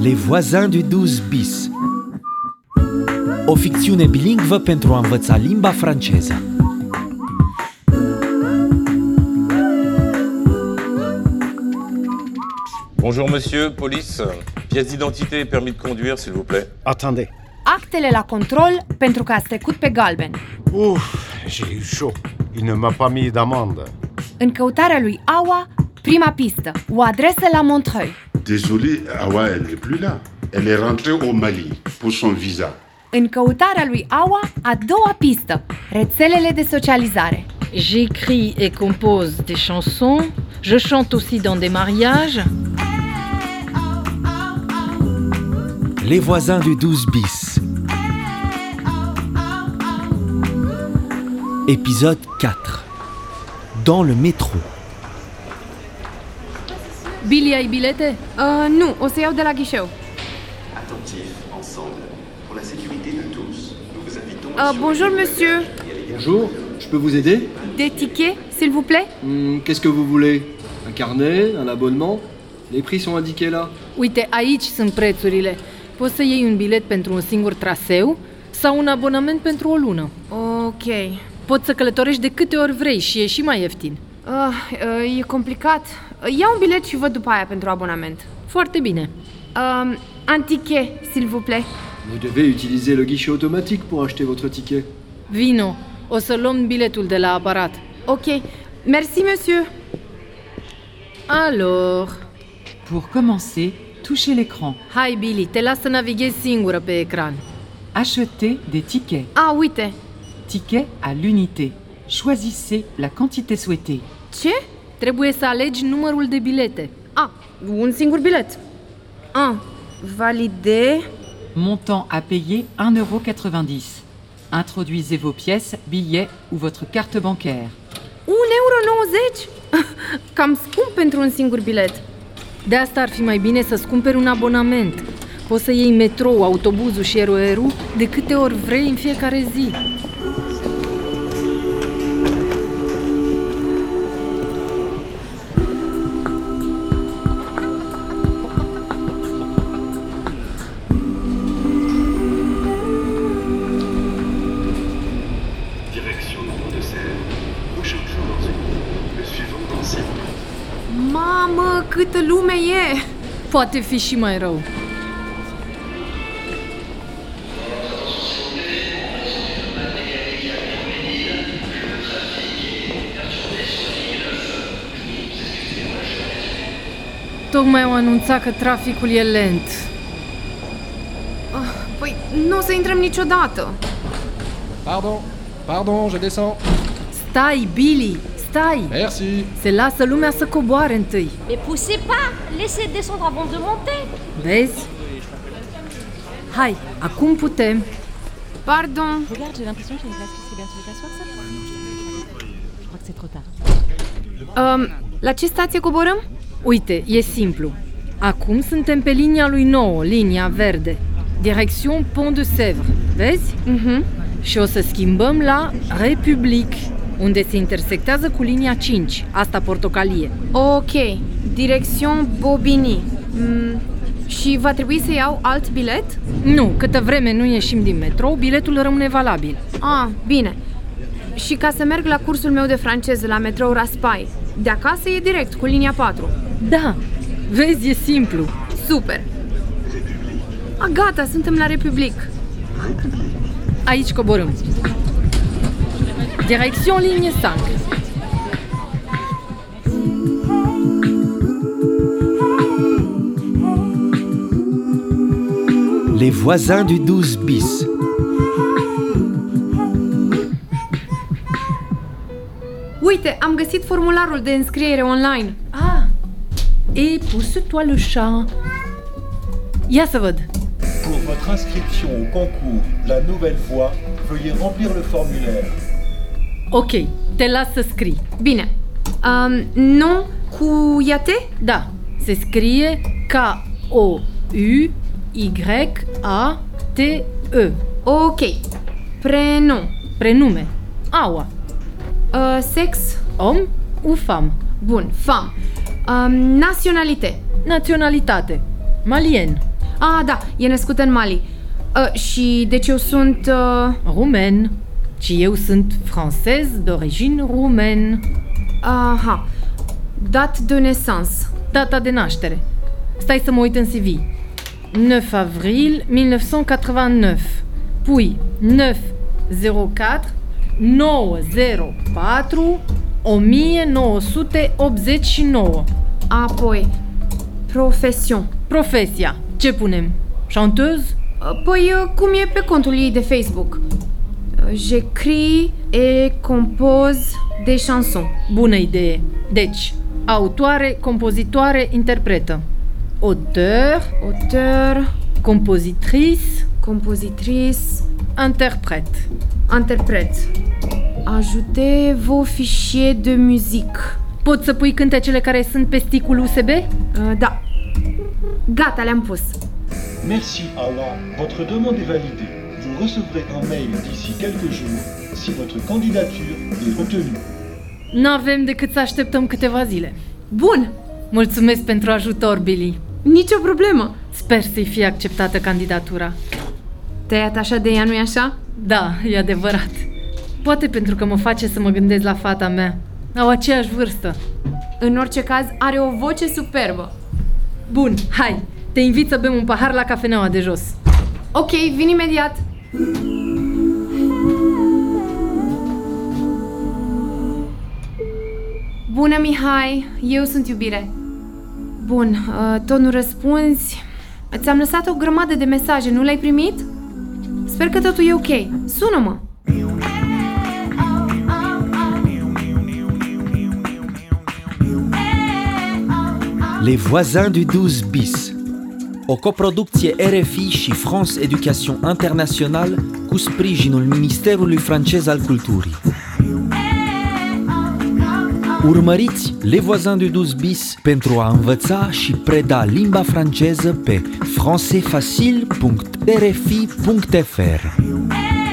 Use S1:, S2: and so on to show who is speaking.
S1: Les voisins du 12 bis O ficțiune bilingvă pentru a învăța limba franceză.
S2: Bonjour monsieur, police. Pièce d'identité et permis de conduire, s'il vous plaît.
S3: Attendez.
S4: Actele la control pentru că ați trecut pe galben.
S3: Ouf, j'ai eu chaud. Il ne m'a pas mis d'amende.
S4: În căutarea lui Awa, prima pistă, o adresă la Montreuil.
S5: Désolé, Awa, elle n'est plus là. Elle est rentrée au Mali pour son visa.
S4: În căutarea lui Awa, a doua pistă, rețelele de socializare.
S6: J'écris et compose des chansons. Je chante aussi dans des mariages.
S1: Les voisins du 12 bis. Épisode 4. Dans le métro.
S7: Billy, ai bilete?
S8: Uh, nu, o să iau de la ghișeu.
S9: Attentifs ensemble, pour la sécurité de tous, nous vous invitons à
S8: Uh, bonjour, monsieur.
S10: Bonjour, je peux vous aider
S8: Des tickets, s'il vous plaît?
S10: Hmm, Qu'est-ce que vous voulez Un carnet Un abonnement Les prix sont indiqués là.
S6: Uite, aici sunt prețurile. Poți să iei un bilet pentru un singur traseu sau un abonament pentru o lună.
S8: Ok. Uh,
S6: Poți să călătorești de câte ori vrei și e și mai ieftin.
S8: uh, e complicat. Uh, iau un bilet și văd după aia pentru abonament.
S6: Foarte bine.
S8: Um, un ticket, s'il vous plaît.
S10: Vous devez utiliser le guichet automatique pour acheter votre ticket.
S6: Vino, o să luăm biletul de la aparat.
S8: Ok. Merci, monsieur.
S6: Alors,
S11: Pour commencer, touchez l'écran.
S6: hai Billy, te las să navighezi singură pe ecran.
S11: Achetez des tickets.
S8: Ah, uite.
S11: Tickets à l'unité. Choisissez la quantité souhaitée.
S8: Ce?
S6: Trebuie să alegi numărul de bilete.
S8: Ah, un singur bilet. Ah, valide.
S11: Montant à payer 1,90€. Introduisez vos pièces, billets ou votre carte bancaire.
S8: 1,90 euro? Cam scump pentru un singur bilet.
S6: De asta ar fi mai bine să-ți cumperi un abonament. Poți să iei metrou, autobuzul și eroerul de câte ori vrei în fiecare zi.
S9: direction de Serre, prochain train dans une minute, le suivant dans six minutes.
S8: Mamă, câtă lume e!
S6: Poate fi și mai rău. Tocmai au anunțat că traficul e lent.
S8: Păi, nu o să intrăm niciodată.
S12: Pardon, pardon, je descends.
S6: Stai, Billy, stai!
S12: Merci.
S6: Se lasă lumea să coboare întâi.
S13: Mais poussez pas Laissez descendre avant de monter
S6: Vezi? Hai, acum putem.
S8: Pardon.
S14: Regarde, j'ai l'impression qu'il y a une place qui se libère. Tu veux t'asseoir, ça Je euh, crois que c'est trop tard.
S8: Um, la ce stație coborâm?
S6: Uite, e simplu. Acum suntem pe linia lui 9, linia verde. Direction Pont de Sèvres. Vezi?
S8: Mhm.
S6: Și o să schimbăm la Republic, unde se intersectează cu linia 5, asta portocalie.
S8: Ok. Direction Bobini. Mm, și va trebui să iau alt bilet?
S6: Nu, câtă vreme nu ieșim din metrou, biletul rămâne valabil.
S8: Ah, bine. Și ca să merg la cursul meu de franceză la metrou Raspai. De acasă e direct, cu linia 4.
S6: Da, vezi, e simplu.
S8: Super. A, gata, suntem la Republic.
S6: Aici coborâm. Direction linie 5.
S1: Les voisins du 12 bis.
S8: Uite, am găsit formularul de înscriere online.
S6: Ah! Et pousse-toi le chat. Ia să văd.
S15: Pour votre inscription au concours La Nouvelle Voie, veuillez remplir le formulaire.
S6: Ok, te las să scrii.
S8: Bine. Um, non cu iate?
S6: Da, se scrie K-O-U-Y-A-T-E.
S8: Ok. Prenom.
S6: Prenume. Aua.
S8: Uh, sex?
S6: Om u fam.
S8: Bun, fam. Um, naționalitate.
S6: Naționalitate. Malien.
S8: Ah, da, e născută în Mali. Uh, și deci eu sunt... Uh...
S6: Rumen. Și eu sunt francez d'origine roumaine.
S8: Aha. Date de naissance.
S6: Data de naștere. Stai să mă uit în CV. 9 avril 1989. Pui 904 904 1989.
S8: Apoi, profesion.
S6: Profesia. Ce punem? Chanteuse?
S8: Păi, cum e pe contul ei de Facebook? J'écris et compose des chansons.
S6: Bună idee! Deci, autoare, compozitoare, interpretă. Auteur.
S8: Auteur.
S6: Compozitrice.
S8: Compozitrice.
S6: Interprète.
S8: Interprète. Ajoutez vos fichiers de musique.
S6: Pot să pui cântecele care sunt pe sticul USB?
S8: Uh, da. Gata, le-am pus.
S15: Merci, Allah. Votre demande est validée. vous recevrez un mail d'ici quelques jours si votre candidature est retenue.
S6: N-avem decât să așteptăm câteva zile.
S8: Bun!
S6: Mulțumesc pentru ajutor, Billy.
S8: Nicio problemă!
S6: Sper să-i fie acceptată candidatura.
S8: Te-ai atașat de ea, nu-i așa?
S6: Da, e adevărat. Poate pentru că mă face să mă gândesc la fata mea. Au aceeași vârstă.
S8: În orice caz, are o voce superbă.
S6: Bun, hai! Te invit să bem un pahar la cafeneaua de jos.
S8: Ok, vin imediat! Bună, Mihai! Eu sunt iubire. Bun, uh, tot nu răspunzi. Ți-am lăsat o grămadă de mesaje, nu le-ai primit? Sper că totul e ok. Sună-mă!
S1: Les voisins du 12 bis e O coproducție RFI și France Education International cu sprijinul Ministerului francez al Culturii. Urmăriți Le Voisin du 12 bis pentru a învăța și preda limba franceză pe francefacil.rfi.fr.